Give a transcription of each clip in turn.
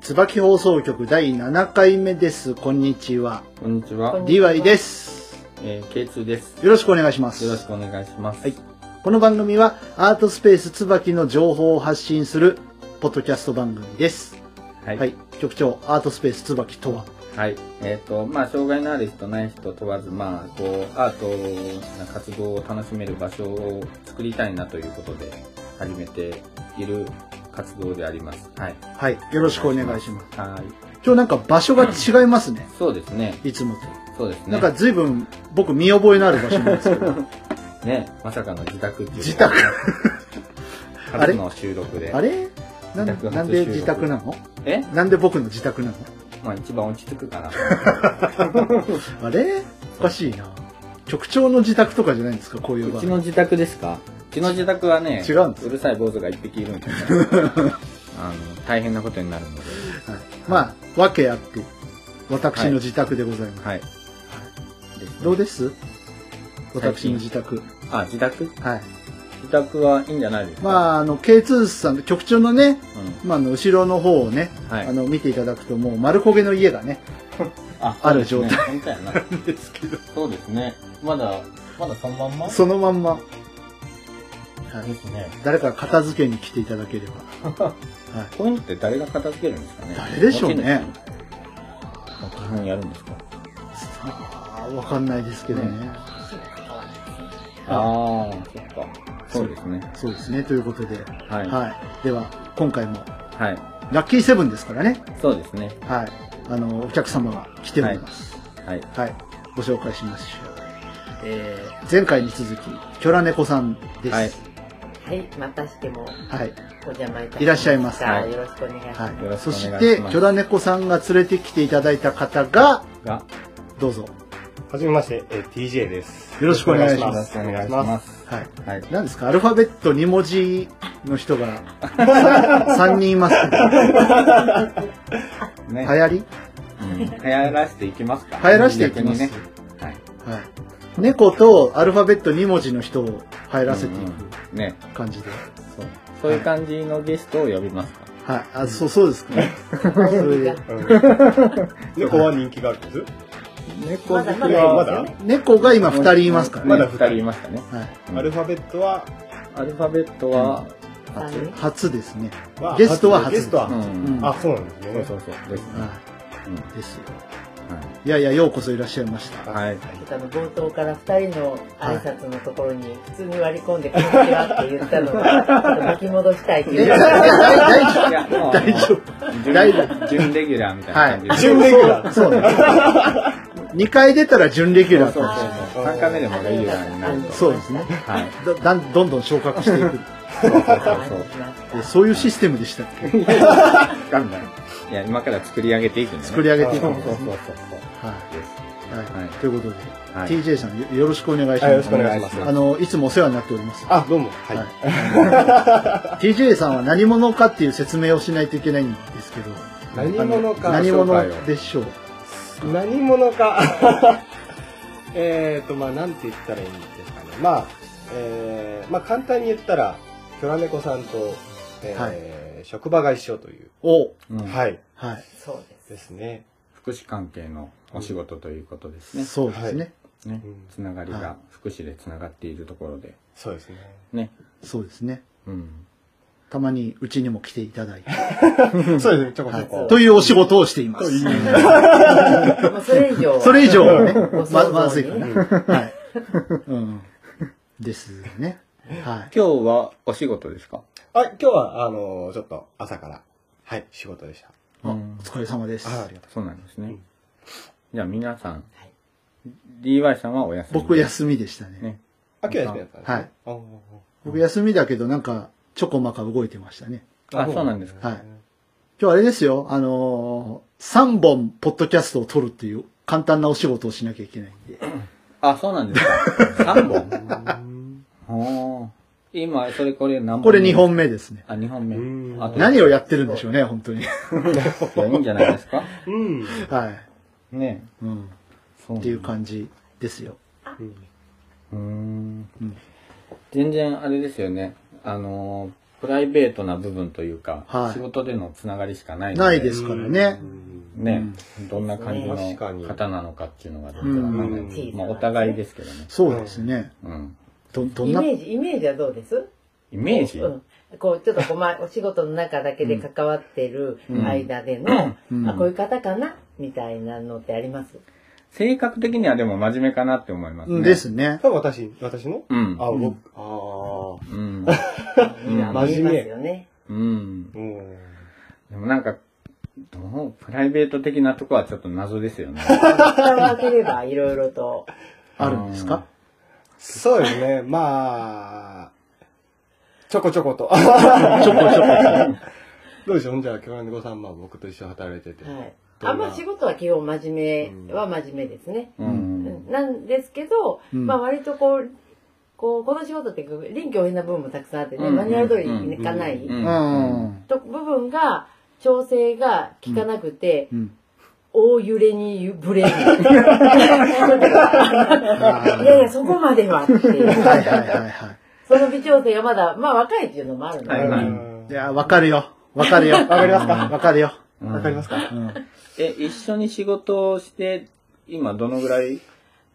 椿放送局第7回目です。こんにちは。こんにちはこん、にちは DY です。えー、K2 です。よろしくお願いします。よろしくお願いします。はいこの番組はアートスペース椿の情報を発信するポッドキャスト番組です。は。はいい。はい。局長、アートスペース椿とはえっ、と、まあ、障害のある人ない人問わず、まあ、こう、アートな活動を楽しめる場所を作りたいなということで、始めている活動であります。はい。よはい。よろしくお願いします。す。はい。今日なんか場所が違いますね。そうですね。いつもと。そうですね。なんか随分僕見覚えのある場所なんですけど。ね、まさかの 自宅っていう。自宅あれ初の収録で。あれなん自宅初収録なんで自宅なのえなんで僕の自宅なのまあ、一番落ち着くかな。あれおかしいな。局長の自宅とかじゃないんですかこういう場う合ち。の自宅ですかうちの自宅はね違うんですうるさい坊主が一匹いるんですよ、ね、 あの大変なことになるのではい、まあ、わけあって、私の自宅でございます。はいどうでです私の自宅。あ自宅はい。自宅はいいんじゃないですかあ、まあ、あの、K2 さん、局長のね、うまあ、あの後ろの方をね、んはい、あの、見ていただくと、もう丸焦げの家がね、あある状態そうですね本当やなですけど、そうですねまだまだそのまんまそのまんま、はい、ですね誰か片付けに来ていただければ。こういうのって誰が片付けるんですかね誰でしょうね持ち主まあ基本やるんですかああ、わかんないですけどね。ああーそっかそうですねそうですね、ということで、ははいい。はでは、今回も、い、ラッキーセブンですからね、そうですねはい。あの、お客様が来ております。はいはい、ご紹介しましょう。えー、前回に続き、キョラネコさんです。ははいい。はい、またしてもはい。お邪魔いたしました。いらっしゃいませよろしくお願いします。よろそしくお願いしますして、キョラネコさんが連れてきていただいた方が、がどうぞ。はじめまして、えー TJ です。。よろしくお願いしよまろしすくお願いしますすはい。はい何ですかアルファベット2文字の人が 3人いますけど、流ね行りうん流行らせていきますか流行らせていきます逆にねはいはい。猫とアルファベット2文字の人を入らせていくね感じで。そうそういう感じのゲストを呼びますかはい。あ、そう、そうですかね。それで うん猫は人気があるんです。猫まだまいやだまですよだね。猫が今2人いますからね。まだ2人いましたねはい。うんアルファベットは、アルファベットはあ初初ですね。はゲストは初ゲストはう初。んあ、そうなんですそうね。そうそうですねはうんい。ですよ。はいやいや、ようこそいらっしゃいました。いはいあの冒頭から2人の挨拶のところに普通に割り込んで「こんにちは」って言ったのがちょっと巻き戻したいっていえう大丈いや夫もう大丈夫。準大丈準レギュラーみたいな感じで準レギュラー。そうね。2回出たら準レギュそうラそうーかそう3回目でもレギュラーになるとそうですね。はいだだんどんどん昇格していく。そうそうあそう来ましたでそういうシステムでしたっけガンガンいや今から作り上げていくね作り上げていくそんうでそうそうすね。そうはですい。ははいい。ということで、はい TJ さんよよろしくお願いしはい、よろましすくお。願いします。あの、いつもお世話になっております。あ、どうも。はい。はい TJ さんは何者かっていう説明をしないといけないんですけど。何者あのか。何紹介者をでしょう。何者か。 えっと、まあ、なんて言ったらいいんですかね。まあ、えーまあ、簡単に言ったら、キョラネコさんと、えー職場が一緒という。おうんはい。はい。そうでですね。福祉関係のお仕事ということですね。そうですね。ねうんつながりはいが福祉でつながっているところで。そうですね。ね。そうですね。うん。たまにうちにも来ていただいて、 そうですね、ちょこはちょいこ。というお仕事をしています。すもうそれ以上 はそれ以上はねご、想ま像にまずいかな。うん はい。うん。ですね。はい。今日はお仕事ですかあ、今日は、あのちょっと朝から、はい、仕事でした。あうおん疲れ様です。あありがとそうなんですうねん。じゃあ皆さんはい DY さんはお休み僕休みでしたね。ねう。あ、今日休みだったんですね。はいおうおうおう。僕休みだけど、なんか、ちょこまか動いてましたね。あ、そうなんですか。はい。今日あれですよ、あの3本、ポッドキャストを撮るっていう、簡単なお仕事をしなきゃいけないんで。あ、そうなんですか。3本 うんおー今、それこれ何本目これ2。本目ですね。あ、2本う目。んあと何をやってるんでしょうね、本 当に。いやいいんじゃないですか。うん。はい。ね。うん。そっていう感じですよ。うんうーんうん全然あれですよねあのープライベートな部分というか、はい仕事でのつながりしかないのないですからね。うんね、どんな感じの確かに方なのかっていうのが全然わかんないですうんまあ、お互いですけどね。そうですね。うん。ど、どんイな、メージ、イメージはどうですイメージ、うん、こうちょっとこう、まあ、お仕事の中だけで関わってる間での、うんあこういう方かなみたいなのってあります性格的にはでも真面目かなって思いますね。ですね。多分私、私のうん。あ、うん僕、あうん。やうまん。言真面目いますよね。うん。あ、うん。でもなんか、どうプライベート的なとこはちょっと謎ですよね。蓋を開ければいろいろと。あるんですかそうですね、まあ、ちょこちょこと。 ちょこちょこ。どうでしょうじゃあ、京谷子さん、まあ僕と一緒に働いてて。はい。どんなあんま仕事は基本真面目は真面目ですね。う。うんんなんですけど、うんまあ割とこう、こう、この仕事って臨機応変な部分もたくさんあってね、うんマニュアル通りにいかない、う。うんん。と部分が調整が効かなくて、うん。大揺れにぶれる。いやいや、そこまではっていうはいはいはいは その微調整がまだ、まあ若いっていうのもあるので、はいはいい。いや、わかるよ。わかるよ。わかりますかわかるよ。うんわかりますかうん。え、一緒に仕事をして、今どのぐらい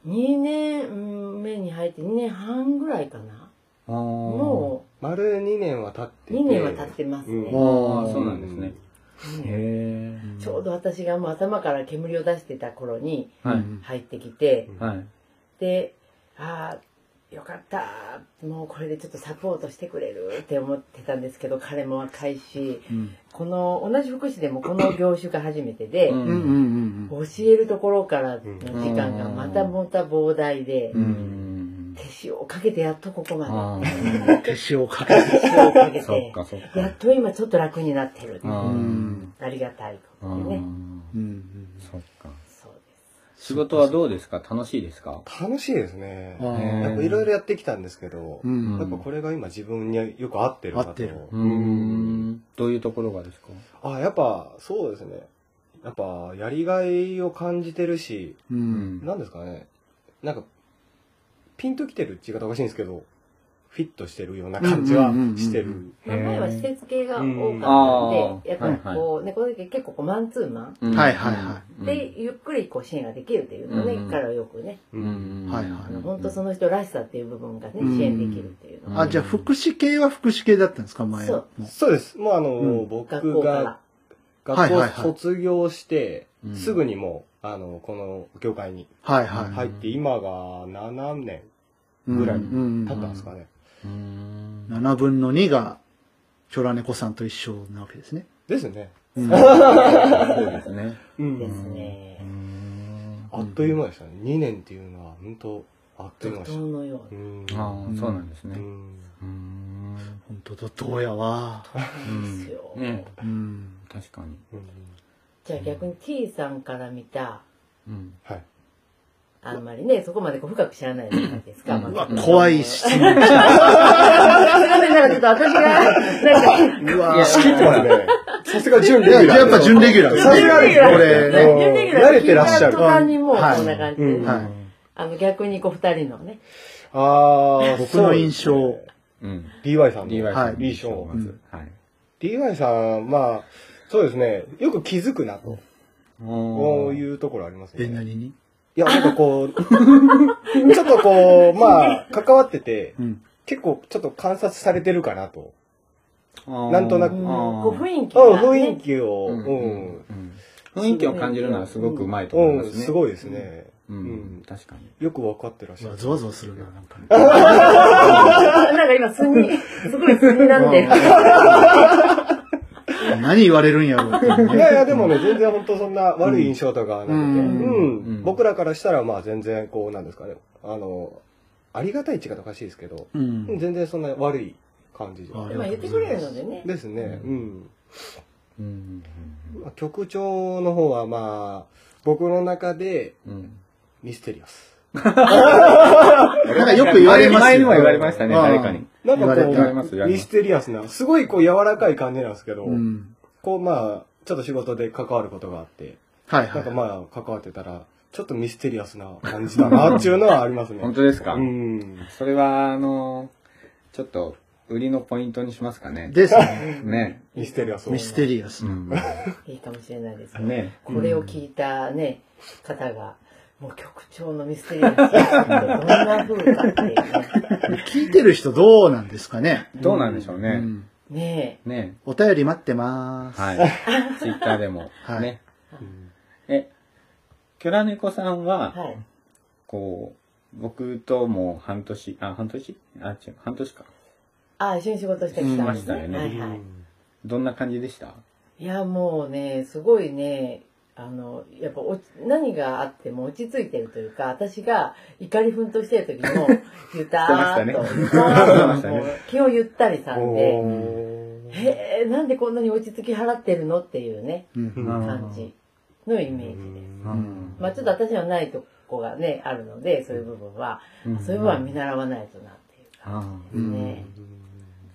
2年目に入って2年半ぐらいかな。もも丸2年は経ってう2年は経ってますうんね。あもあ、うそうなんですね。へちょうど私がもう頭から煙を出してた頃にえ。はうい。ん入ってきて、はい。で、ああ、よかった。もうこれでちょっとサポートしてくれるって思ってたんですけど、彼も若いし、うんこの同じ福祉でもこの業種が初めてで、ううんうんうん教えるところからの時間がまたまた膨大で、うんうん。手塩をかけてやっとここまあうん。手塩をかけて。で手塩をかけあ、 そってかそっやかっ。と今ちょっと楽になってるううんん。ありがたいこうとでねん。うんうん。そっか。そうで仕事はどうですか楽しいですか楽しいですね。あーやっぱいろいろやってきたんですけど、うんやっぱこれが今自分によく合ってるなと。合ってるうーん。どういうところがですかあ、やっぱそうですね。やっぱやりがいを感じてるし、う。うんん。なんですかね。なんか、ピンときてるって言い方おかしいんですけど、フィットしてるような感じはしてうんうんる。す、まあ、前は施設系が多かうんったあんーでやっぱりこう猫で結構こうマンツーマうんはいはいはうンんでゆっくりこう支援ができるっていうのねうん彼はよくねうんはいはいあの本当その人らしさっていう部分がねうん支援できるっていうのあ、じゃあ福祉系は福祉系だったんですか前そうそうです。もうあの、うん学僕校かがら学はいはいは校い卒業して、うんすぐにもう、あの、この業界にはいは入って、うん今が7年い。ぐらいうん経ったんですかね。うーん7分の2が、キョラネコさんと一緒なわけですね。ですね。 うんそうですね。うんですねうーんあっという間でしたね。2年っていうのは、本当あっという間でし人た。のよううんああ、そうなんですうね。んうーん。本当とどうやわ。なんですよ、うんねうん。確かに。うんじゃあ逆に T さんから見たうん。はい。あんまりねそこまでこう深く知らないじゃないですか、うんまあうわ、怖い質問来なんかちょっと私が、 なんか、た。うわいや結構ね、さすが準いレギや、ュラー。やっぱ準レギュラーですさね。すがですねこねれ、慣れてらっしゃる途端にもうこはいんな感じうんで、はいあの逆にこう二人のね、ああ、僕の印象そうですねうん。 DY さんの。 DY はさいん。いい賞をまず。はい。 DY さん、まあ、そうですね。よく気づくなと。ここういうところありますえ、よね。何にいや、なんかこう、ちょっとこう、まあ、関わってて、うん。結構ちょっと観察されてるかなと。なんとなくうあんーこう雰囲気うん、が、雰囲ね、気を、ううんん、雰囲気を感じるのはすごくうまいとう思いまん、すね。すごいですね。ううんん。確かに。よく分かってらっしうゃわる。ゾワゾワするな、なんか。 なんか今素に、すごい素になんでる。何言われるんやろうっていういね。やいや、でもね、全然本当そんな悪い印象とかはなくて、ううんん、うんうん僕らからしたら、まあ全然こう、なんですかね、あの、ありがたいって言い方おかしいですけど、うん。全然そんな悪い感じじゃあ今言ってくれるのでね。ですね。うん。うん。まあ局長の方は、まあ、僕の中でうん。ミステリアス。なんかよく言われますよ前にも言われましたね、あー誰かに。なんか言われて言われます言こわう、れミますステリアスな、すごいこう柔らかい感じなんですけど、うん。こうまあ、ちょっと仕事で関わることがあって、はいなんかはまあ、関わってたら、ちょっとミステリアスな 感じだなっていうのはありますね。本当ですかうん。それは、あの、ちょっと、売りのポイントにしますかね。ですね。ね。ミステリアスミステリアスう。ん。いいかもしれないですね。ね。これを聞いたね、方が、もう局長のミステリアスがどんな風かっていうね。聞いてる人どうなんですかね。どうなんでしょううね。ん。ねね。お便り待ってます。はい。ツイッターでも。はいね。うんえ、キョラネコさんえ。は、はい。こう、僕ともう半年、あ、半年あ、違う、半年か。ああ、一緒に仕事したりしたんですね。うんまはしいはい。どんな感じでしたいや、もうね、すごいね、あの、やっぱ落ち何があっても落ち着いてるというか、私が怒り奮闘してる時も、ゆたーっと、してまゆしたたねーしっと、てまもしう気をゆったりさんで、おーへえ、なんでこんなに落ち着き払ってるのっていうね、うん。うん感じのイメージです。ううんんまあちょっと私にはないとこがね、あるので、そういう部分は、そういう部分は見習わないとなっていう感じですね。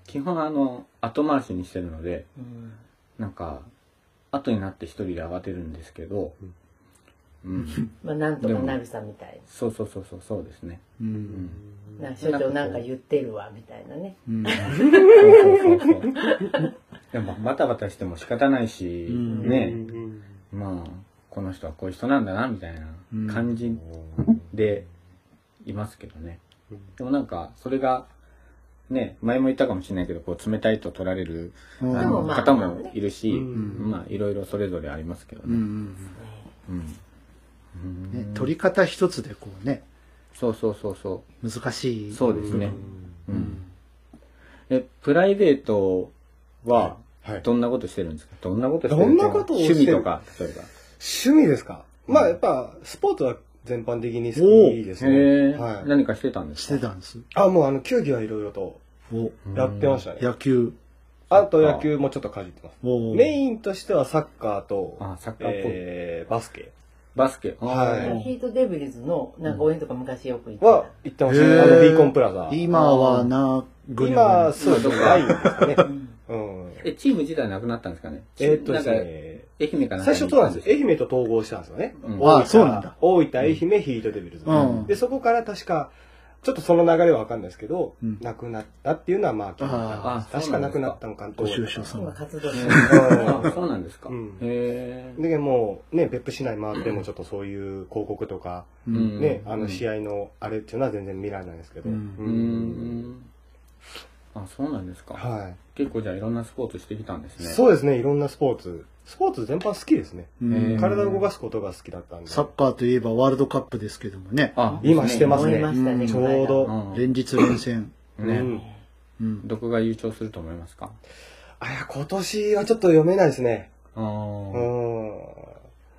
基本あの、後回しにしてるので、うんなんか、後になって一人で慌てるんですけど、うん。まあなんとかなるさみたいそうそうそうそう、そうですね。う。うんん。な。な所長なんか言ってるわ、みたいなね。うん。そうそうそうそう。でも、バタバタしても仕方ないし、うんね。まあ、この人はこういう人なんだな、みたいな感じでいますけどね。でもなんか、それが、ね、前も言ったかもしれないけど、こう、冷たいと取られる、うんあでものまあ方もいるし、うんまあ、いろいろそれぞれありますけどうんうね。んうん。うんね取り方一つでこうね、そうそうそうそ難しう。い。。そううですね。う。うんん。え、プライベートは、はいどんなことしてるんですかどんなことしてるどんなことをしてる趣味とか、例えば。趣味ですかまあやっぱスポーツは全般的に好きですへね。え、はい。何かしてたんですしかてたんです。あ、もうあの、球技はいろいろとお、やってましたね。野球。あと野球もちょっとかじってます。おメインとしてはサッカーと、あ、サッカーっぽい。えーバスケバスケ。はいヒートデビルズのなんか応援とか昔よく行っては行ってましたね。あの、ビーコンプラザ。今はな、ぐにゃ今、ぐにそうですね。ないんですかねた。うんうん。 え、チーム自体なくなったんですかねえーっとですなんか、ね、愛媛かなんか最初そうなんですよ。よ。愛媛と統合したんですよね。うんあそうなんだ。大分、愛媛、ヒートデビルズ。うんで、そこから確か、ちょっとその流れはわかんないですけど、うん亡くなったっていうのはまあ聞いたあー確か亡くなったのかゃ。ご愁傷今様。活動してる。うんあそうなんですか。うんへえ。で、もうね、別府市内回ってもちょっとそういう広告とか、う。うんんね、あの試合のあれっていうのは全然見られないですけど。うんうーん。あ、そうなんですか。はい。結構じゃあいろんなスポーツしてきたんですね。そうですね、いろんなスポーツ。スポーツ全般好きですね。うんえー体を動かすことが好きだったんで。サッカーといえばワールドカップですけどもね。あ、今してます思ねいましたね、ちこの間ょうどうん連日連戦。うね。んうん。どこが優勝すると思いますかあ、いや、今年はちょっと読めないですね。あーう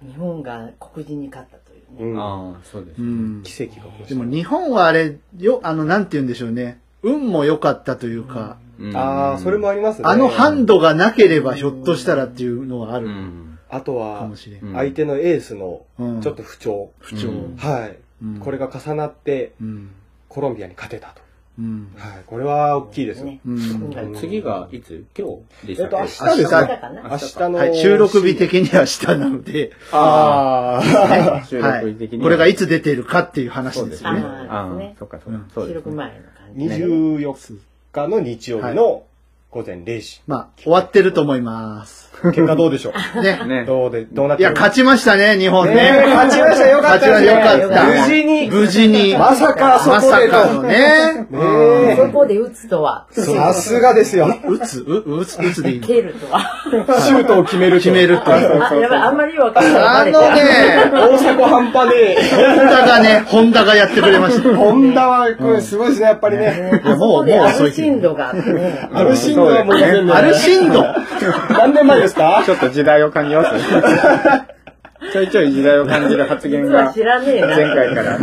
ん。日本が黒人に勝ったといううね。んあー、そうですうね。ん。奇跡が起こしでも日本はあれ、よ、あの、なんて言うんでしょうね。運も良かったというか、うんた。ああ、それもありますね。あのハンドがなければひょっとしたらっていうのはあうるん。あとかはも、しれん。うん相手のエースのうん。ちょっと不調。不調。うんはい。うんこれ。が重なって、うん。コロンビアに勝てたと。うん。はい。これは大きいですよ。ねうん今回次がいつ今日でしえたっっけと、明日です明ね。日かな明日の、はい、収録日。的には下なので、ああ。収は録い的に。これがいつ出てるかっていう話ですよね。ね。ああーあ、そっか、そっか。そう収です録ね。前の感じ。 24日の日曜日の午前0時。まあ、終わってると思います。結果どうでし ょうね。ね。どうで、どうなっいてや、る勝ちましたね、日本ね。ねえ勝ちましたよかったですね勝ちましたよかった。無事に無事に。まさかあそこまでとさかのね。ねそこで打つとは、さすが ですよ。打つ、う打つ、打つでいいの蹴るとは。シュートを決める。決めるという。あ、やばい、あんまり分かんなあい。のね、大阪半端で、 ホンダがね、ホンダがやってくれました。ホンダは、これすごいですね、やっぱりね。いやもう、もうア遅ルいけシンど。ドがあってね。アルシンドはもう全然ねアルシンド何年前ですかちょっと時代を感じますね ちょいちょい時代を感じる発言実がは知らねえ前な。回から。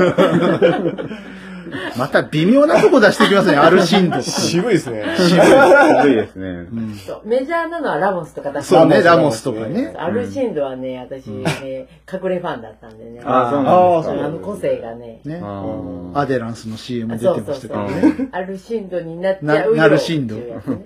また微妙なとこ出してきますね、アルシンド。渋いですね。すごいですね。そうメジャーなのはラモスとかだし そうね、ラモスとかね。アルシンドはね、私ね、隠れファンだったんでね。ああ、そうああなそんでうすあか。の個性がね。ね。あアデランスの CM あ出そうてそまうしたそけうどね。。アルシンドになっちゃうよ。ななるしんどっていうやつね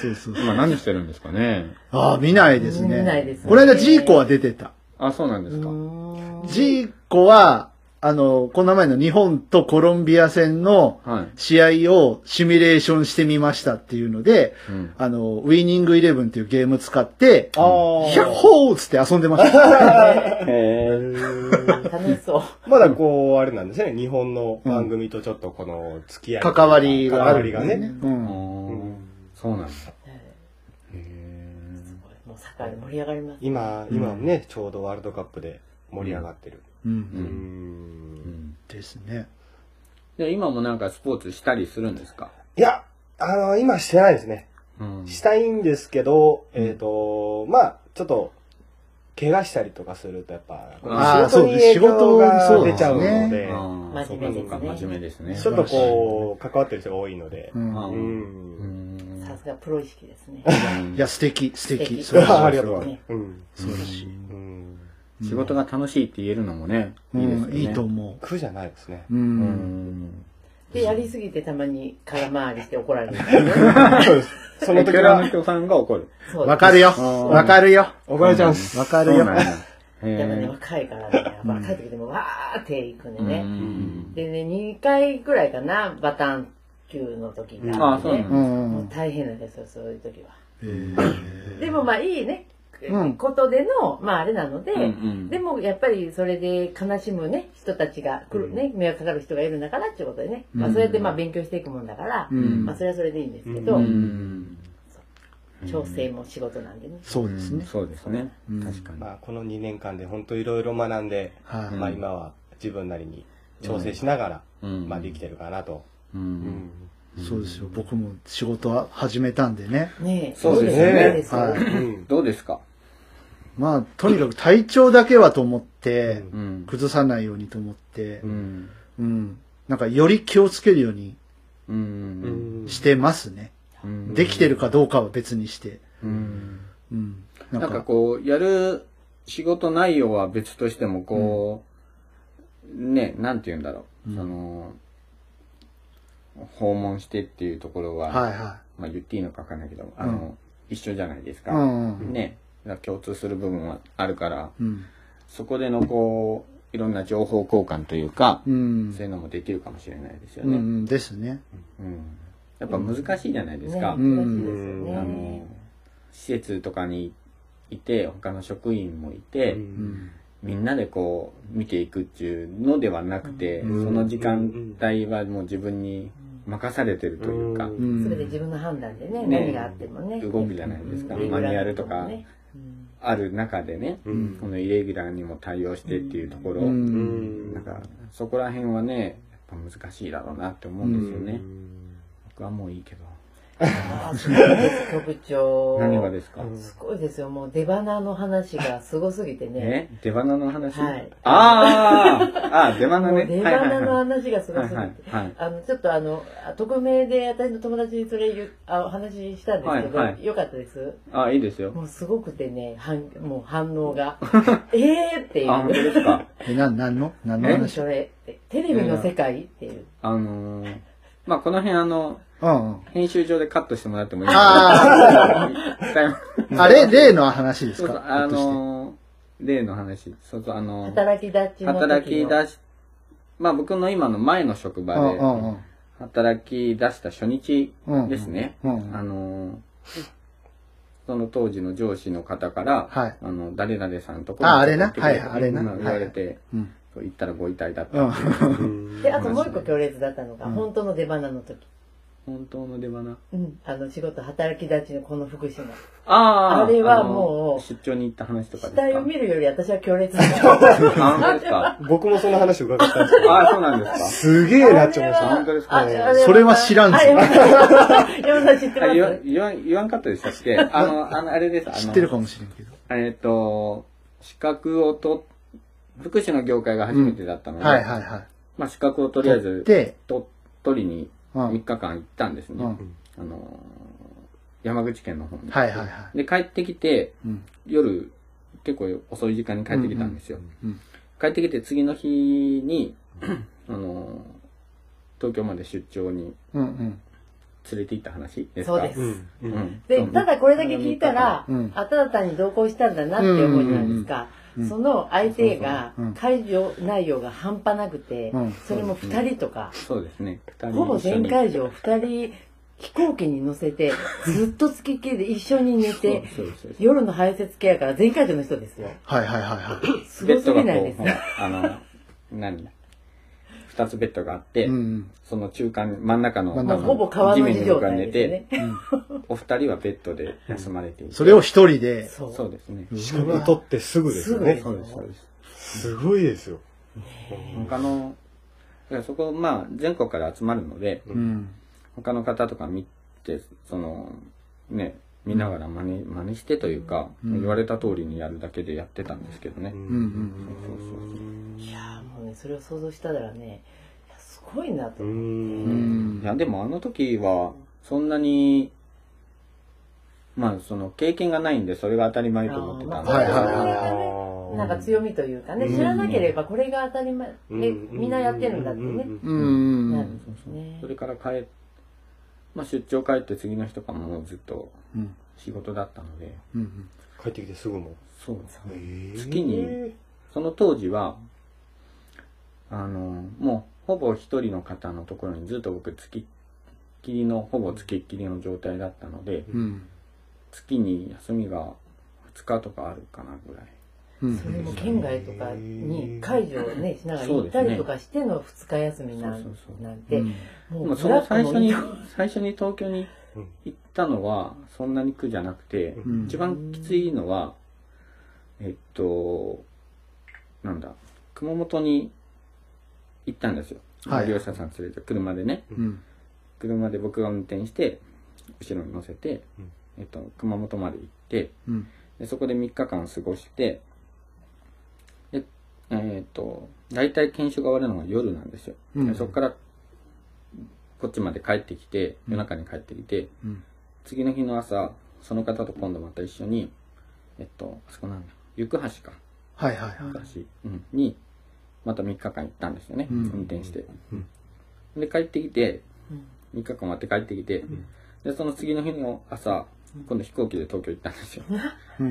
そうそうー。今何してるんですかね。ああ、見ないですね。見ないですねこの間ジーコは出てた。あ、そうなんでうすか。ーんジーコは、あの、この前の日本とコロンビア戦のはい。試合をシミュレーションしてみましたっていうので、うん。あの、ウィニングイレブンっていうゲーム使って、あーヒャッホーっつって遊んでました。へえ。楽しそう。まだこう、あれなんですね、日本の番組とちょっとこの付き合いというか。関わりがあるんです関わりがね。。う。うんん。そうなんだ。へすえ。ごいもうサッカーで盛り上がります。今、今ね、ちょうどワールドカップで盛り上がってる。う。うん。うん。うんん。ですね。で、今もなんかスポーツしたりするんですかいや、あの、今してないですね。うんしたいんですけど、うんえっ、と、まあ、ちょっと、怪我したりとかすると、やっぱ、ーあ仕事に影響そうがね出ちゃうそのうですで、あーそうかそうか、真面目ですね。ちょっとこう、関わってる人が多いのでう、あん。うーうーん。ん。さすがプロ意識ですね。いや、素敵、素敵。素そうだ敵し あありがとうございねます。うん。素晴らしい。うん。うん仕事が楽しいって言えるのもね、ういいですよん、ね。いいと思苦じゃないですね。う。う。うんん。で、やりすぎてたまに空回りして怒られる。そうですそそのの時時は、はの、人さんが怒る。そうわかるよ。わかるよ。怒られちゃうんです。わかるよ。でもね、へ若いからね、若い時でもわーって行くんでえ。うね。んでね、2回ぐらいかな、バタン級の時があってうんあそうなねんう。。もうん大変なんですよ、そういう時は。えーでもまあいいね、うんことでの、まああれなので、うんうんでもやっぱりそれで悲しむね、人たちが来るね、迷惑かかる人がいるんだからっていうことでね、まあそうやってまあ勉強していくもんだから、うんまあそれはそれでいいんですけど、うん調整も仕事なんでね。そうですね。そうですね。うん確かに。まあ、この2年間で本当いろいろ学んで、はい。まあ今は自分なりに調整しながら、うんまあできてるかなと。う。うんん。そうですよ。僕も仕事は始めたんでね。ねえ、そうですねそうですよはうい。ん。どうですかまあ、とにかく体調だけはと思って、うん。崩さないようにと思ってう、ん。うん。なんか、より気をつけるようにう。うんんしてますね。うんできてるかどうかは別にして。うん。うん。なんなんかか、こう、やる仕事内容は別としても、こう、ね、なんて言うんだろう、うんその、訪問してっていうところは、はいはまあ言っていいのかわかんないけど、あの、うん一緒じゃないでい。すか。うんうん。ね、だから共通する部分はあるから、うん。そこでのこう、いろんな情報交換というか、うん。そういうのもできるかもしれないですようんうね。んですね。うんやっぱ難しいじゃないですか。んね難しいですようね。あの、施設とかにいて、他の職員もいて、ううんん。みんなでこう見ていくっていうのではなくて、うんその時間帯はもう自分に任されてるというか、うんそれで自分の判断でね、ね何があってもね。動くじゃないですか、うんマニュアルとかうんある中でね、うんこのイレギュラーにも対応してっていうところ、うんうんなんかそこら辺はねやっぱ難しいだろうなって思うんですよね、僕はもういいけどああ、すごいです局長。何がですか、うんすごいですよ。もう出花の話がすごすぎてね。え出花の話、はいあーあー出花もねう出はいは花いはのい話がすごすぎはいて。はいはいあの、ちょっとあの、匿名で私の友達にそれ言う、あお話ししたんですけど、はいはいよかったです。あいいですよもうすごくてね、反もう反応 が。ええっていあ本当う。ですかえ、な、なんの何の何話それって。テレビの世界っていう。あのー、まあこの辺あのうんうん。編集上でカットしてもらってもいいですあ かあ、あれ、例の話ですそうそうか。あのー、例の話、そうそう、あのー、働き立ちの時の。働き出し、まあ僕の今の前の職う場んでう、んうん働き出した初日うん。ですね。うんうん。あのー、その当時の上司の方から、はい。あの、誰々さんのとこああれな行ってくれはいあれなま言われて、うん。そう言ったらご遺体だっうた。ん。で、あともう一個強烈だったのが、うん本当の出花の時。本当の出花。うん。あの、仕事、働き立ちのこの福島。あーあれのはーもう出張に行った話とかで死すか体を見るより私は強烈 だった。あ本当ですか僕もその話伺った んですけああ、そうなんですど、すげえなって思いました。本当ですかああそれは知らんぞあ山田さん山田さん知ってか。あま言わす言わん言わんかったでしたっけあの、あの、あれです。あの知ってるかもしれんけど。えっ、と、資格を取っ、福祉の業界が初めてだったので、はいはいはい。まあ資格をとりあえ取ずっ、て、と取りにうん。うん3日間行ったんですね。はいあのー山口県の方に。はいはい。で、帰ってきて、うん。夜、結構遅い時間に帰ってきたんですよ。うん帰ってきて次の日 に、あのー東京まで出張にうん連れて行った話ですそかうです。うんうんうんで、ただこれだけ聞いたら、うんあ、ただ単に同行したんだなって思うじゃないですか。うんその相手がそうそううん会場内容が半端なくて、うんそれも2人とか、そうですね。二ほぼ人一緒全に会場2人飛行機に乗せてずっとつきっきりで一緒に寝てそうそうそう夜の排泄系やから全会場の人ですよはいはいはいはい。すベごッすドがぎこないうですほ、からあの、何だ。二つベッドがあって、うん。その中間、真ん中の、真んもう中ほぼ川の字状が態寝ですてよね、うんお二人はベッドで休まれていて。それを一人で、そうそうですね。資格取ってすぐですよねす。そうです、そうです。すごいですよ。他の、だからそこ、まあ、全国から集まるので、うん。他の方とか見て、その、ね、見ながら真似、真似してというか、うん言われた通りにやるだけでやってたんですけどね。うんうんそうそうそういやーもうねそれを想像したらねいやすごいなとう。う思って、んん。いや、でもあの時は、そんなに、まあ、その、経験がないんで、それが当たり前と思ってたんで。あまあはいはいはいなんか強みというかね、うん知らなければこれが当たり前で、みんなやってるんだってね、うんなるん。んですねそれから帰っ、まあ、出張帰って次の日とかももうずっとうん。仕事だったので、うん。帰ってきてすぐも。そうですね。月月にその当時は、あの、もうほぼ一人の方のところにずっと僕付きっきりの、ほぼ付きっきりの状態だったので、うん。月に休みが2日とかあるかなぐらい。うんそれも県外とかに解除をねしながらそ行うっですたねりとかしての2日休みなんそうそうそうなんてうんでももうそブのラック最初もいいに、 最初に東京に行ったのはそんなに苦じゃなくて、うん一番きついのは、えっと、なんだ、熊本に行ったんですよ。はい業者さん連れて、車でね。うん。車で僕が運転して後ろに乗せて、うんえっと、熊本まで行ってうん。でそこで3日間過ごしてでえっと大体研修が終わるのが夜なんですよ、うんでそこからこっちまで帰ってきてうん夜中に帰ってきてうん。次の日の朝その方と今度また一緒にえっとあそこなんだ行橋かはいはいはい。行橋、うん、にまた3日間行ったんですよね、うん運転して、うんで帰ってきてうん3日間待って帰ってきて、でその次の日の朝今度飛行機で東京行ったんですようん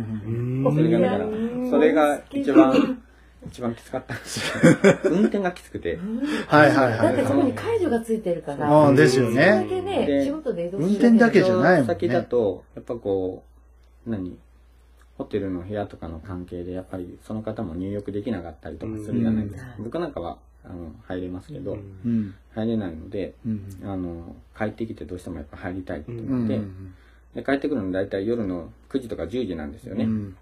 うん。それがだからそれが一番一番きつかったんで すよ運転がきつくてはいはいだっはてい。そこに解除がついてるからああ、そですよれだね。けねで仕事で移動する運転だけじゃないもんね先だとやっぱこう何ホテルの部屋とかの関係でやっぱりその方も入浴できなかったりとかするじゃないですか、うん僕なんかはあの入れますけど、うん。入れないのでうん。あの帰ってきてどうしてもやっぱ入りたいってう思ん。って、で帰ってくるの大体夜の9時とか10時なんですよね、うん。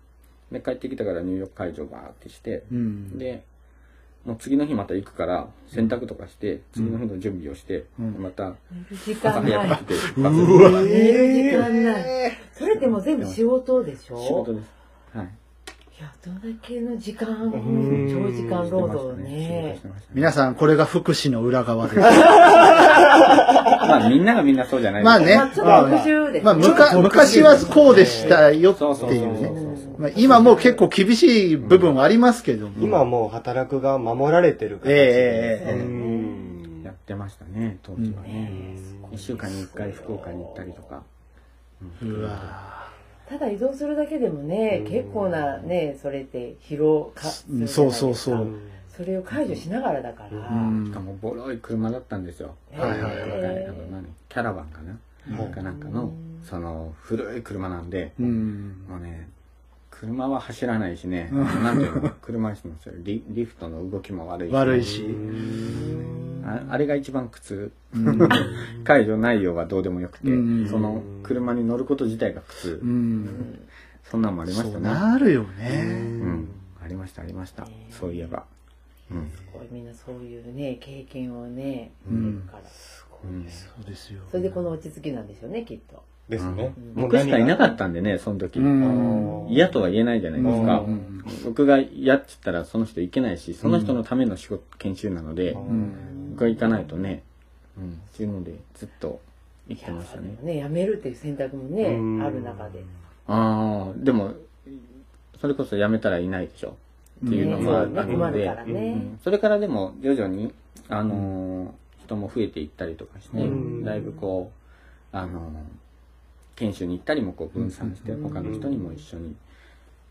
で帰ってきたから入浴会場バーってして、うん。でもう次の日また行くから洗濯とかして次の日の準備をして、うんまた寝る時朝間早なく来いてうバスわで寝る時間ないそれでも全部仕事でしょ仕事ですはいいやどれだけの時間ん長時間労働をねしてましたね皆さん、これが福祉の裏側です。まあみんながみんなそうじゃないまあねまあちょっと復習ですまあ、ねむか昔はこうでしたよそうっそうてそういそううね。そうまあ、今もう結構厳しい部分はありますけども。今もう働くが守られてるええええええうんやってましたね当時はね、一週間に一回福岡に行ったりとかうわただ移動するだけでもね結構なねそれって疲労かするじゃないですかそうそうそうそれを解除しながらだから、んしかもボロい車だったんですよ、はいはいはいあの何キャラバンかな、かなんかのその古い車なんで、うん。もうね、車は走らないしね、なんていうの、車椅子の人リリフトの動きも悪いし、悪いし。ああれが一番苦痛。解除内容はどうでもよくて、うんその車に乗ること自体が苦痛う。ん。そんなんもありましそたうね。なるよね。うん。ありました、ありました。そういえば。うん。すごいみんなそういうね経験をねう得るんから、うんそうですよ。それでこの落ち着きなんでしょうねきっとですね。僕しかいなかっったんでね、その時う。ん。嫌とは言えないじゃないですかう。ん僕が嫌って言ったらその人行けないし、その人のための仕事、研修なので、僕が行かないとね、うん、っていうのでずっと行ってましたね。ねやめるっていう選択もねうんある中でああ、でも、それこそ辞めたらいないでしょっていうのねもあそるうねの困るで、からね、うんそれからでも徐々に、あのー人も増えていったりとかして、うんだいぶこう、あのー研修に行ったりもこう分散して、他の人にも一緒に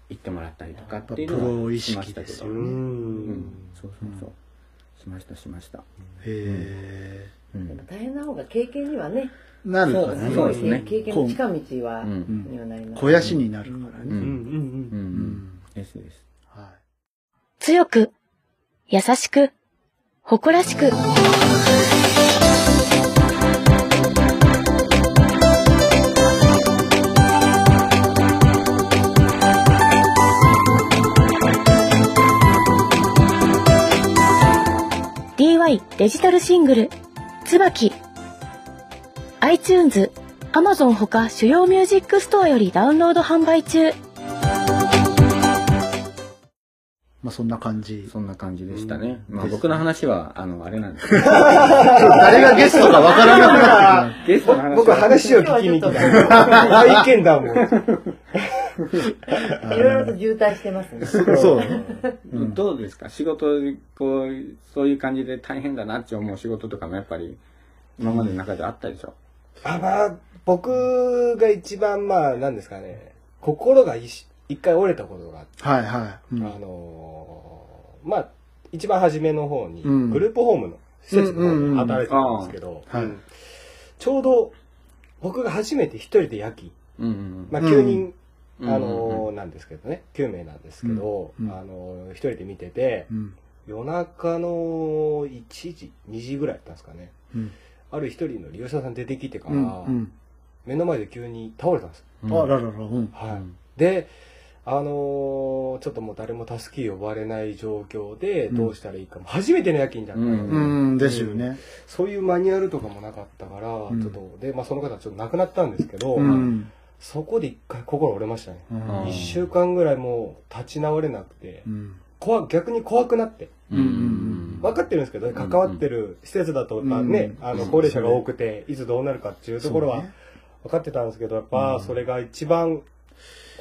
行ってもらったりとかっプていうのロは意しまし識たでけすど、ようね。うんん。そうそうそうしましたしました、へうん大変な方が経験にはね、え。なるからそうね。ですね経験の近道は、うんにはなります。肥やしになるからうね。ううんんうんん。ですですは強く、優しく、誇らしく。DY デジタルシングル、椿。iTunes、Amazon ほか主要ミュージックストアよりダウンロード販売中。い。まあそんな感じ。そんな感じでしたね、うんまあです僕の話はあのあれなん ですけど誰がゲストかわからなくなってゲストの話僕は話を聞きに来 た。大見だもん。いろいろと渋滞してますね。くる。そう。うんどうですか仕事こうそういう感じで大変だなって思う仕事とかもやっぱり今までの中であったでしょ、あまあ、僕が一番まあ、なんですかね、心が一一回折れたことがあって、はいはい。うんあのーまあ、一番初めの方に、うんグループホームの施設の方で働いてたんですけど、うんうんうんうんちょうど僕が初めて一人で夜勤、うんうんまあうん9人、うんあのーなんですけどね、9名なんですけど、うんうんあのー一人で見てて、うん。夜中の1時、2時ぐらいだったんですかね。うんある一人の利用者さん出てきてかうら、ん。うん。目の前で急に倒れたんです。うあんららら。うん。はい。うんで、あのーちょっともう誰も助け呼ばれない状況で、うんどうしたらいいかも、初めての夜勤じゃない、うんうんですよね。そういうマニュアルとかもなかったから、んちょっと、で、まあその方はちょっと亡くなったんですけど、うん。そこで一回心折れましたね。うんん一週間ぐらいもう立ち直れなくて、うん。怖逆に怖くなって、うんうん分かってるんですけどね、うんう関んわってる施設だと、まあね、うんあの、高齢者が多くて、いつどうなるかっていうところは、分かってたんですけど、やっぱそれが一番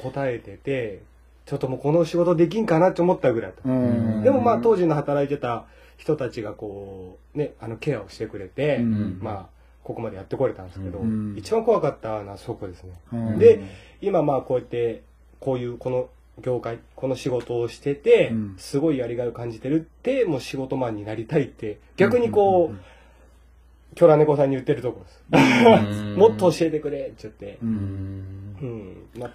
答えてて、ちょっともうこの仕事できんかなって思ったぐらいだったそうね。うん。でもまあ当時の働いてた人たちがこう、ね、あのケアをしてくれて、うんまあここまでやってこれたんですけど、うん一番怖かったのはそこですね。うんで今まあこうやって、こういうこの業界、この仕事をしてて、うんすごいやりがいを感じてるって、もう仕事マンになりたいって、逆にこう、キョラ猫さんに言ってるところで す。うんもっと教えてくれって言って、うんうん、まあ、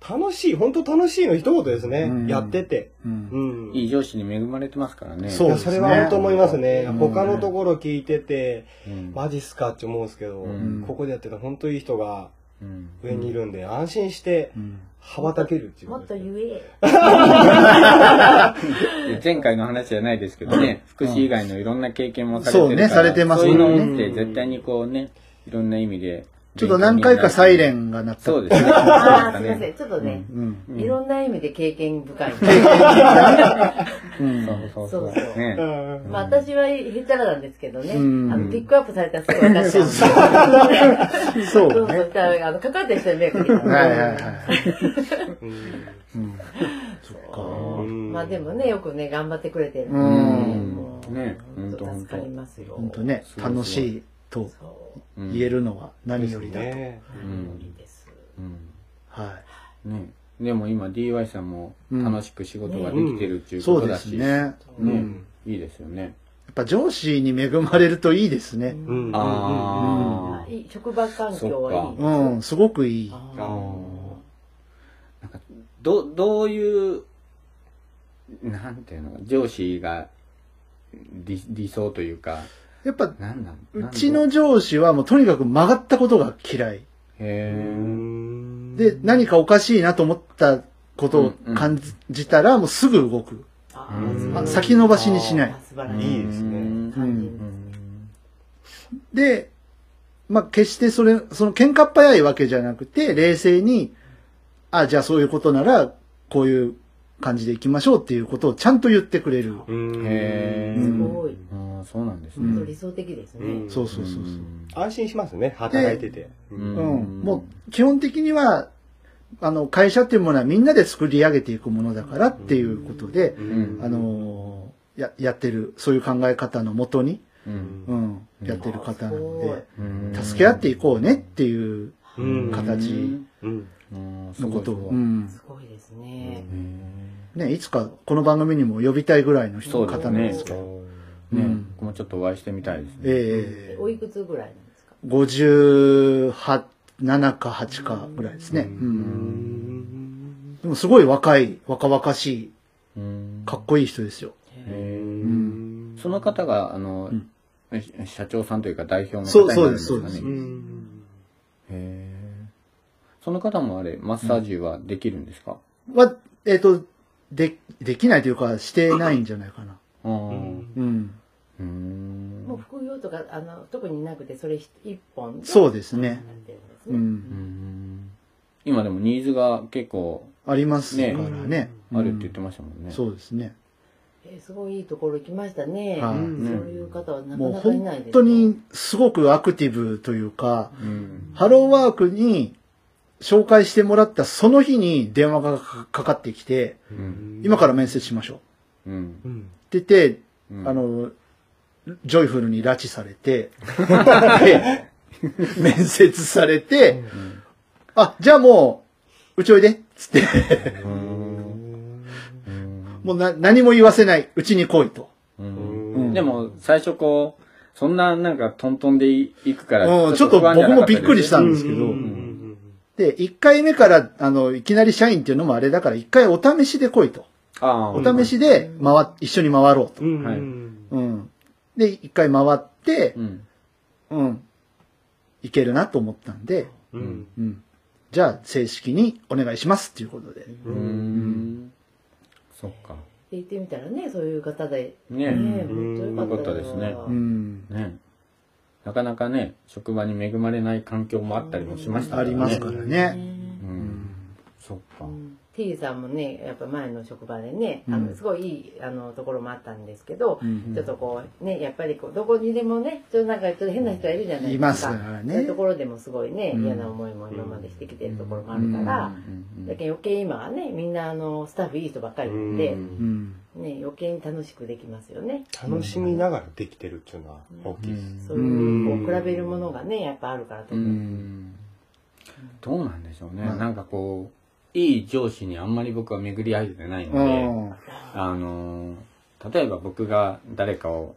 た楽しい、本当楽しいの一言ですね、うんやってて。うんう。ん。いいい上司に恵まれてますからねそうやですそねれは本当思いますね。うん他のところ聞いてて、うんマジっすかって思うんですけど、うんここでやってた本当いい人がうん上にいるんで、安心してうん羽ばたけるっていう。もっと言え。 前回の話じゃないですけどね、福祉以外のいろんな経験もされてるそうからねされてますそねういうのって絶対にこうね、いろんな意味で。ちょっと何回かサイレン。ンが鳴った。そうで すね。ああ、すいません。ちょっとね、うん。うんいろんな意味で経験深い。うん。そうそうそそうそう。うね。うんまあ私はへちゃらなんですけどね、あうんのピックアップされたらすぐ分かっちゃうんですそうそうそうねそしたら、あの、かかってる人に迷惑かけたはいはいらはい。うんうん。そううんまあでもね、よくね、頑張ってくれてるううんもうね、ほ本んと当ほん助かりと。ますよ。本当ね、そうそう楽しいとそう。言える。るのは何よりだと。ね。んいいです。うんはね。でも今 DY さんも楽しく仕事ができてるっていい。うこそとうでだすし。ね。やそうねうんいいですよね。っぱ上司に恵まれるといいですね。うんうんうんあいい職場環境はいい。うん、すごくいい。ああーーなんか、ど、どういう、なんていうの、上司が理理想というか、やっぱ、なんなんうちの上司はもうとにかく曲がったことが嫌い。へーうんで、何かおかしいなと思ったことを感じたら、もうすぐ動く。あうんーあ先延ばしにしないあ。素晴らしいいいですねうんうんうんで、まあ、決してそれ、その喧嘩っ早いわけじゃなくて、冷静に、あ、じゃあそういうことなら、こういう感じでいきましょうっていうことをちゃんと言ってくれる。うんへーすごい。ああ、そうなんですう本当んね。理想的ですうねん。そうそうそうそう。安心しますね、働いてて。うんうん。もう、基本的には、あの、会社っていうものはみんなで作り上げていくものだからっていうことで、んうあのーや、やってる、そういう考え方のもとに、うんうん、やってる方なのうんあすで、うん助け合っていこうねっていううん形うんうんのことを、ううんん、すごいでですね。ね、いつかこの番組にも呼びたいぐらいの人そうので方すなんね。ですけど。ね、うん僕もちょっとお会いしてみたいですね。ええおいくつぐらいなんですか58、7か8かぐらいですね。う。うんんでもすごい若い、若々しい、うんかっこいい人ですよ。へーうんその方が、あの、ん社長さんというか代表の方そうになるんですそうかでね。すそううでんへーその方もあれ、マッサージはできるんですか、は、えっ、と、で、できないというか、してないんじゃないかな。あーうん。うー。もうん副業とかあの特になくてそれ一本でそうですねやってるんですう。ねうんん今でもニーズが結構ありますからねね。あるって言ってまましたもんね。そうですね。えーすごいいいところ来ましたね、はいそういう方はなかもうなかいない本です当にすごくアクティブというか、うん。ハローワークに紹介してもらったその日に電話がかかってきて、うん今から面接しましょう。うん。うんって言って、うんあ、の、ジョイフルに拉致されて、で 面接されて、うんあ、じゃあもう、うちおいで、つって、 うんもうな何も言わせない、うちに来いと。うんうんでも、最初こう、そんななんかトントンでいくから、うんちょっと不安じゃなかたです僕もびっくりしたんですけどうで、1回目から、あの、いきなり社員っていうのもあれだから、1回お試しで来いと。ああ、お試しで回っ、一緒に回ろうと。うんはいうん。で、1回回ってう、ん。うん。いけるなと思ったんで、うんうん。じゃあ、正式にお願いしますっていうことで。うーん。そっか。で行ってみたらねそういう方でねね本当よかったよかったですねうん。ねなかなかね、職場に恵まれない環境もあったりもしましたありますからね。うねん。そっかう。ん T さんもねやっぱ前の職場でね、あうのんすごいいいあのところもあったんですけど、うんちょっとこうねやっぱりこうどこにでもねちょっとなんかちょっと変な人がいるじゃないですかいますからねそういうところでもすごいね、うん嫌な思いも今までしてきてるところもあるから、うんだけど余計今はねみんなあのスタッフいい人ばっかりなんで、うんうん。ね、余計に楽しくできますよね。楽しみながらできてるっていうのは大きいでうすんそういうこううん比べるものがねやっぱあるからとう思う、んどうなんでしょうね。うんなんかこう、いい上司にあんまり僕は巡り合えてないのうで、ん。あのー、例えば僕が誰かを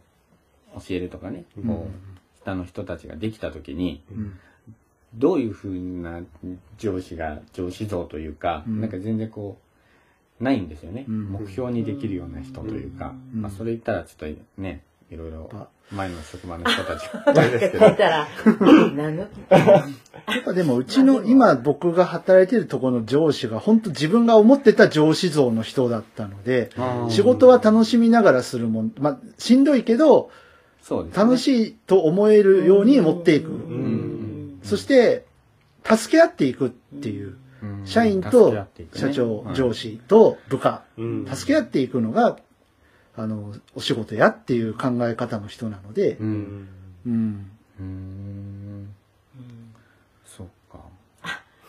教えるとかね、こう、下の人たちができた時に、うんどういうふうな上司が上司像というか、うんなんか全然こうないんですよね、うん目標にできるような人というか、うんまあ、それ言ったらちょっとねいろいろぱ前の職場の人たち があれですけ聞いどたら「何の?」やっぱでもうちの今僕が働いてるところの上司が本当自分が思ってた上司像の人だったので、うん仕事は楽しみながらするもん、まあ、しんどいけど、そうですね楽しいと思えるように持っていく。んそして、助け合っていくっていう。うん社員助とけ合っていくね社長、はい上司と部下、うん助け合っていくのが、あの、お仕事やっていう考え方の人なのでう、んうん。うーんそっか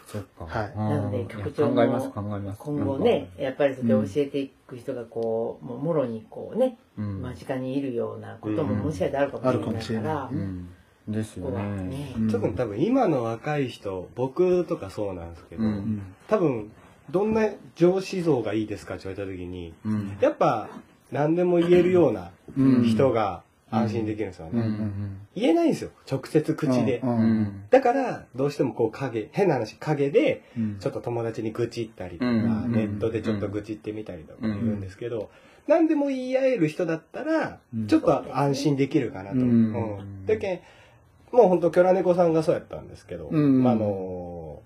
そっかはいうんなのでいや局長も考えます考えます今後ねやっぱりそれを教えていく人がこうもうもろにこうねうん間近にいるようなことももしかしたらあるかあるかももししれれないかならい。ね。うんですよここはねねうん特に多分今の若い人僕とかそうなんですけど、うん多分どんな上司像がいいですかって言われた時にうんやっぱ何でも言えるようなうん人が安心できるんですよね、うん言えないんですよ直接口で、うんうんうんだからどうしてもこう影変な話影でうんちょっと友達に愚痴ったりとか、うんネットでちょっと愚痴ってみたりとか言うんですけど、何でも言い合える人だったらうんちょっと安心できるかなと。うんうんだけんもう本当キョラ猫さんがそうやったんですけど、うんまああの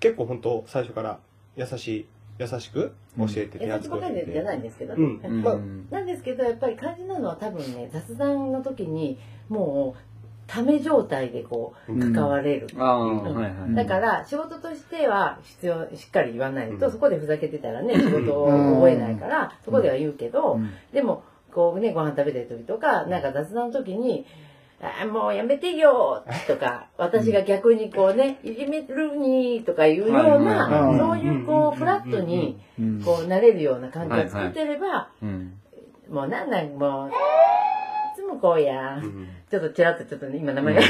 結構本当最初から優しい優しく教えて手優し厚いばく教かえりじゃないんて。ですけど、うんうんまあなんですけどやっぱり肝心なのは多分ね雑談の時にもうため状態でこううん関われる、ああ、はいはい。だから仕事としては必要しっかり言わないうとんそこでふざけてたらね仕事を覚えないからそこでは言うけどうんでもこうねご飯食べてる時とかなんか雑談の時に「あーもうやめてよ」とか私が逆にこうね「いじめるに」とかいうようはいはいなそういうこうフラットにうんこうなれるような環境を作ってればうん。もうなんなんもういつもの子や。ちょっとちらっとちょっとね、今名前が。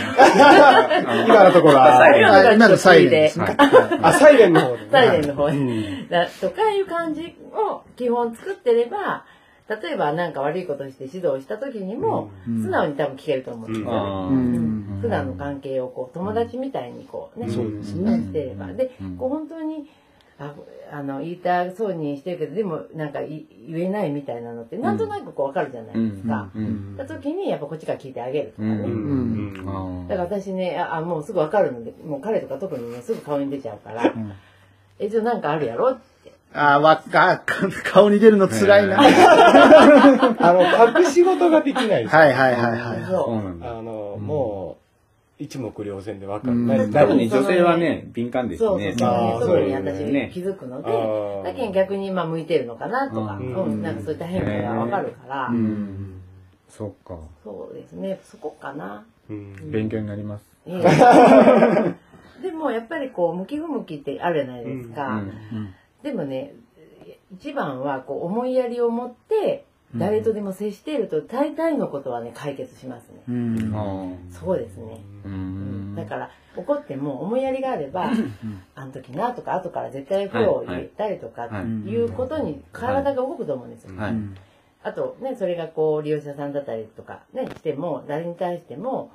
今のところは、サイレンあ今のサイレンですね。はいあ、サイレンの方ねサイレンの方うにんだとかいう感じを基本作ってれば、例えば何か悪いことして指導した時にも、うん 素直に多分聞けると思うんですよね。あうーん普段の関係をこう友達みたいにこうね、そうです出ね。してれば。で、こう本当に、ああの言いたそうにしてるけどでもなんかい言えないみたいなのってなんとなくこう分かるじゃないですか。ううんした時にやっぱこっちから聞いてあげるとかね。うんうんあーだから私ねああもうすぐ分かるのでもう彼とか特にねすぐ顔に出ちゃうから「んえじゃあなんかあるやろ?」あー、 わっか、顔に出るの辛いな。えはいあの、隠し事ができない。はいはいはそそうなんだあの、もう、一目瞭然でわうかる。ん何多何分ね、女性はね、敏感ですそうそうね。あそーうそう特よにね私ね気づくのあで、ーだけど逆にまあ向いてるのかなとか、ううんんなんかそういった変化がわかるから、い。う。うんん。そっか。そうですねそこかな。うん勉強になります。ええでもやっぱりこう向き不向きってあるじゃないですうか、ん。でもね一番はこう思いやりを持ってうん誰とでも接していると大体のことはね解決しますね。うんあ。ーそうですね。ううんん。だから怒っても思いやりがあれば「あの時な」とか「後から絶対こう」言ったりとかはいっていうことに体が動くと思うんですよ。はうい。んあとねそれがこう利用者さんだったりとかねしても誰に対しても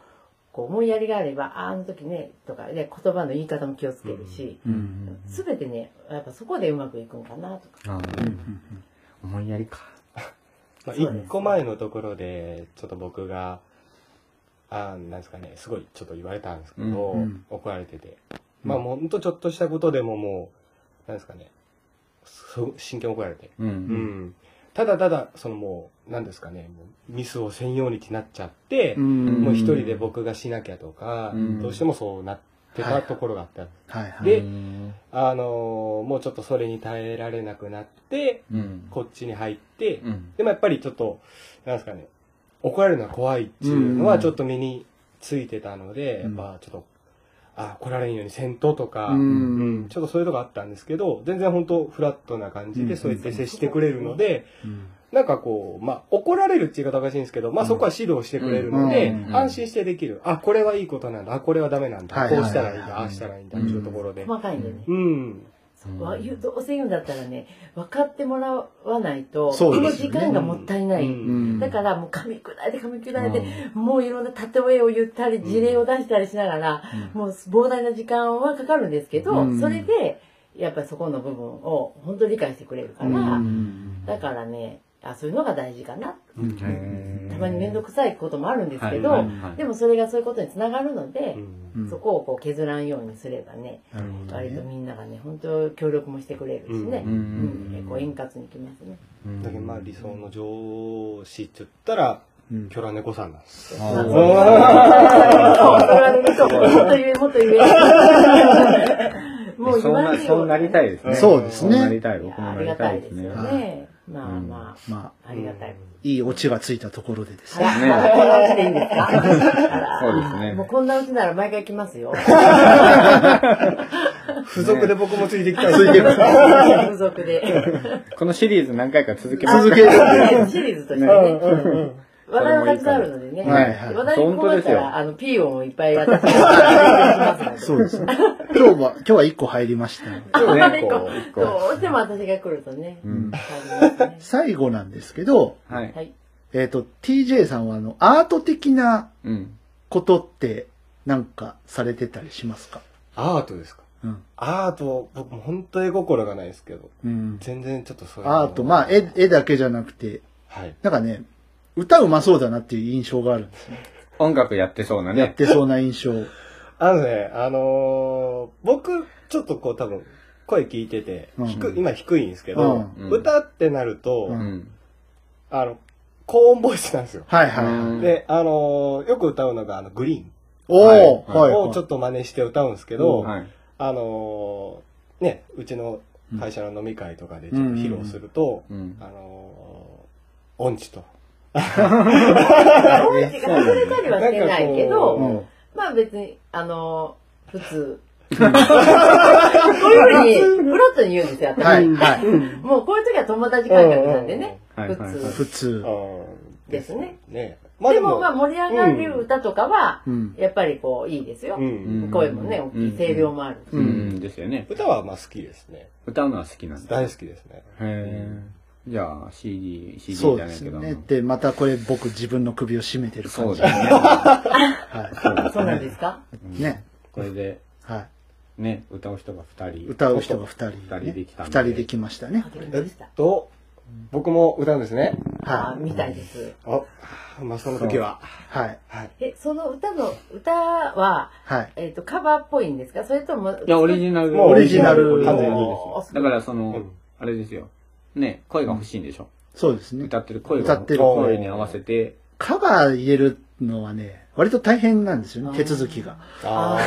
こう思いやりがあれば「ああの時ね」とかね言葉の言い方も気をつけるし、うん全てねやっぱそこでうまくいくんかなとか。あうーん思いやりか。まあ、一個前のところで、ちょっと僕が、あーなんですかね、すごいちょっと言われたんですけど、うんうん怒られてて。まあ、もうほんとちょっとしたことでももう、なんですかね、そ真剣に怒られて。う。うんん。ただただ、そのもう、なんですかね、もうミスを専用になっちゃって、うんもう一人で僕がしなきゃとか、うんどうしてもそうなってたところがあった。はいはい。でうんあのーもうちょっとそれに耐えられなくなって、うん。こっちに入って、うん。でもやっぱりちょっと、なんですかね、怒られるのは怖いっていうのはちょっと身についてたので、うんやっぱちょっと、あ、怒られんように戦闘とか、うんうんちょっとそういうとこあったんですけど、全然本当フラットな感じうでんそうやって接してくれるので、うんなんかこう、まあ、怒られるっていう言い方がおかしいんですけど、まあ、そこは指導してくれるので、うんうん安心してできる。あ、これはいいことなんだ。あ、これはダメなんだ。はいはいはこういしたらいいんだ。ああしたらいいんだ。うっんていうところで。細かいんでね、うん。そこは言うどうせ言うんだったらね分かってもらわないとそうですこよねの時間がもったいない、うんだからもう噛み砕いて噛み砕いて、もういろんな例えを言ったり事例を出したりしながら、もう膨大な時間はかかるんですけど、うんそれでやっぱりそこの部分を本当に理解してくれるから、うんだからねあそういうのが大事かなうんへーたまに面倒くさいこともあるんですけど、はいはいはいでもそれがそういうことにつながるのでう、んうんそこをこう削らんようにすればねなるほど割とね。みんながね本当協力もしてくれるしね、ううんんうん結構円滑にいきますね。うんだけどまあ、理想の上司って言ったら、うんキョラ猫さんなんです。あそーうそれはねそうもっと言えもっと言えもう言わんそうよな、そうなりたいですね。そうですそうなりね。たい。いや僕もあなりりがたたいいでですすねよ。ね。まあままあ、ありがたい。あ、いいオチがついたところでですあね。ら、ねあらこんなうちでいいんですかあそうですねらもうこんなうちなら毎回来ますよ。付属で僕もついてきたんです続いていく付属で。このシリーズ何回か続けます。続ける。シリーズとしてね。話題はたくさんあるのでね。はいはい話題に困ったら、あの、ピーヨンをいっぱい私がしますそのうですね。今日は、今日は1個入りましたので。そうで。ね、ここう、一う個。どうしても私が来るとね。うんあります最後なんですけど、はねい。はい。えっ、と、TJ さんはあの、アート的なうん。ことって、なんかされてたりしますかアートですかうん。アート、僕も本当絵心がないですけど、うん。全然ちょっとそういうのアート、まあ、絵、絵だけじゃなくて、はい。なんかね、歌うまそうだなっていう印象があるんですよ。音楽やってそうなやっね。てそうな印象。あのね、あのー僕、ちょっとこう多分、声聞いてて、うん低い今低いんですけど、うん歌ってなると、うんうん。あの、高音ボイスなんですよ。はいはいはい。うんで、あのーよく歌うのが、あの、グリおー、ははい。ーンをはちょいっと真似して歌うんですけど、はい。あのーね、うちの会社の飲み会とかでちょっと披露すると、うん。あのー音痴と。音痴が外れたりはしてないけなんかど、こまあ別に、あの、普通。こういうふうに、フラットに言うんですよ、私。はい。はい。もうこういう時は友達感覚なんでね。はい普はいはい通。普通。うんですね。ね。でもまあ盛り上がる歌とかは、うん。やっぱりこういいですよう。んうん声もね、大きい、声量もある。ううんん、ですよね。歌はまあ好きですね。歌うのは好きなんだ。大へ好きですね。え。じゃあ CD、CD じそゃうなでいすけどもね。で、またこれ僕自分の首を絞めてるそ感うじ。だね。はそうなんですかい。ね。 これで、はね、歌う人が二い。人。歌う人が二人二人できた2ん人できましたねあ。どうえでしたっと、僕も歌うんですね。あはみたいです。あ、まあその時は。い。はい。はい。え、その歌の、歌は、はい。えっ、と、カバーっぽいんですかそれとも、いや、オリジナル。もうオリジナル完全にであだからそすね。うのん、あれですよ。ね、声が欲しいんでしょ。そうですね。歌ってる声歌が。ってる声声に合わせて。カバー入れるのはね、割と大変なんですよね、手続きが。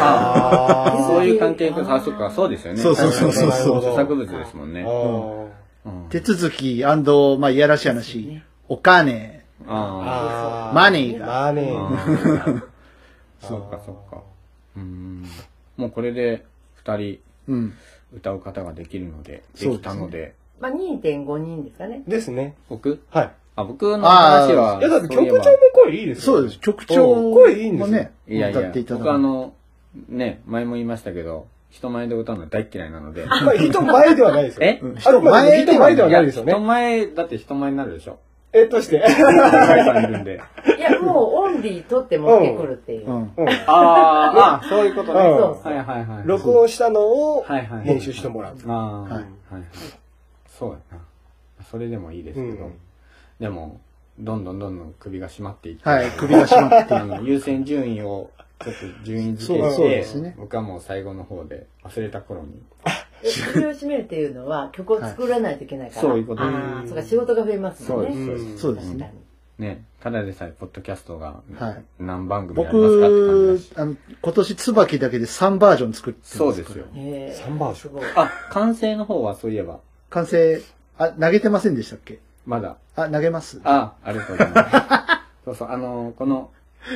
ああーーそういう関係か、あ、そっか、そうですよね。そうそうそうそうそう著作物ですもんね。あうん手続きまあ、いやらしい話、お金、ああマネーがマネあ。ーが。 そうか、そうか。うん。もうこれで、二人うん。歌う方ができるので、でそうですねきたので、まあ、2.5人ですかね。ですね。僕はい。、あ、僕の話あはいや、だってそう曲いえ調もば声いいですよそうです。曲う調ん声いいんでもすよね。、いやい歌やってい、ただ僕あく。の、ね、前も言いましたけど、人前で歌うの大っ嫌いなので。まあ、人前ではないですよ。えうんあのまあ人前ではないですよ人ね。前、だって人前になるでしょ。えっとして。お母さんいるんで。いや、もうオンリー取って持ってくるっていうう。ん。うあんーあ、そういうことね。うんそうはいはいはい。録音したのをはいはいはい編集してもらう。ああ、はいははいいはい。そうやな。それでもいいですけど、うんでも、どんどんどんどん首が締まっていって、はい、首が締ま って。あの優先順位をちょっと順位付けそうそうしてですね僕はもう最後の方で忘れた頃に。え首を絞めるっていうのは曲を作らないといけないから。はいそういうことあですあ、そうか、仕事が増えますもんそうね。ですそうで確すかね。に。ね、ただでさえ、ポッドキャストがはい何番組ありますかって感僕じだし。、あの、今年、椿だけで3バージョン作ってますかそらうですよ。。へー三番手すごい。あ、完成の方はそういえば、完成、あ、投げてませんでしたっけまだ。あ、投げますあ、ありがとうございます。 そうそう、あの、この、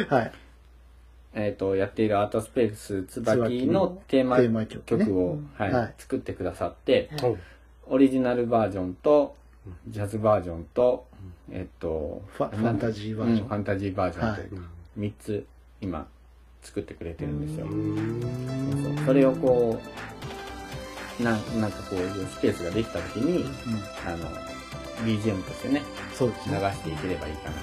はい。えっ、と、やっているアートスペース椿のテーマテーマ曲ね曲を、はいはい作ってくださって、はいうんオリジナルバージョンと、ジャズバージョンと、えっ、と、ファファンタジーバージョンうんファンタジーバージョンというか、はい3つ今作ってくれてるんですよ。うんそうそうそれをこうなんなんかこういうスペースができた時にうん。あの BGM としてねそうです流ね。していければいいかな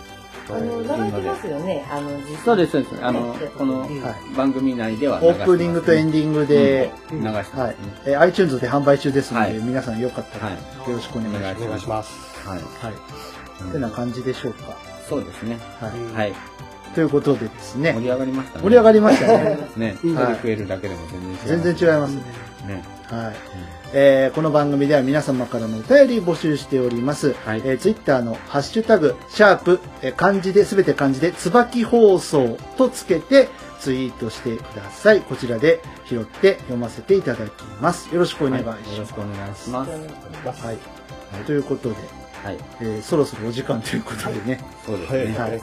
あの、流れてますよね。あの、実。そうですすそうですあのこのうんはい。番組内では流オしてまーすプニングとエンディングで、流してます、はいうん。えー iTunes で販売中ですのはで、い皆さんよかったらはいよろしくお願いします。お願いします。はいはい。うんてな感じでしょうか。そうですねははいい。ということでです盛ね、り上がりましたね盛り上がりましたね。 ね一人増えるだけでも全然全然違う、違いますね。ねはい。えーこの番組では皆様からのお便り募集しております。はいえー、ツイッターのハッシュタグ、シャープ、えー漢字で、すべて漢字で、椿放送とつけてツイートしてください。こちらで拾って読ませていただきます。よろしくお願いしはいよろましす。くお願いしますはい。ということで、はいえーそろそろお時間ということでね、そうですはい。ねはいはい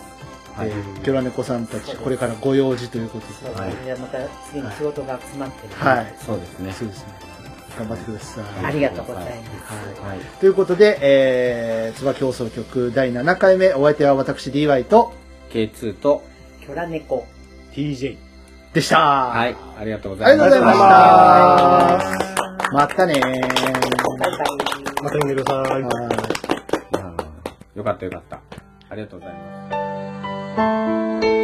えー、キョラネコさんたち、これからご用事ということそうで、ですねじゃあまた次に仕事が詰まってる。はい。そうですねそうですね。頑張ってください。ありがとうございます。はいということで、えー、椿放送局第7回目、お相手は私 DY と、 K2 とキョラ猫。 TJ。でした。はい、ありがとうごありざいがまとうございまし。したた。またねーバイバイ。また呼んでください。はいあーよかったよかった。ありがとうございます。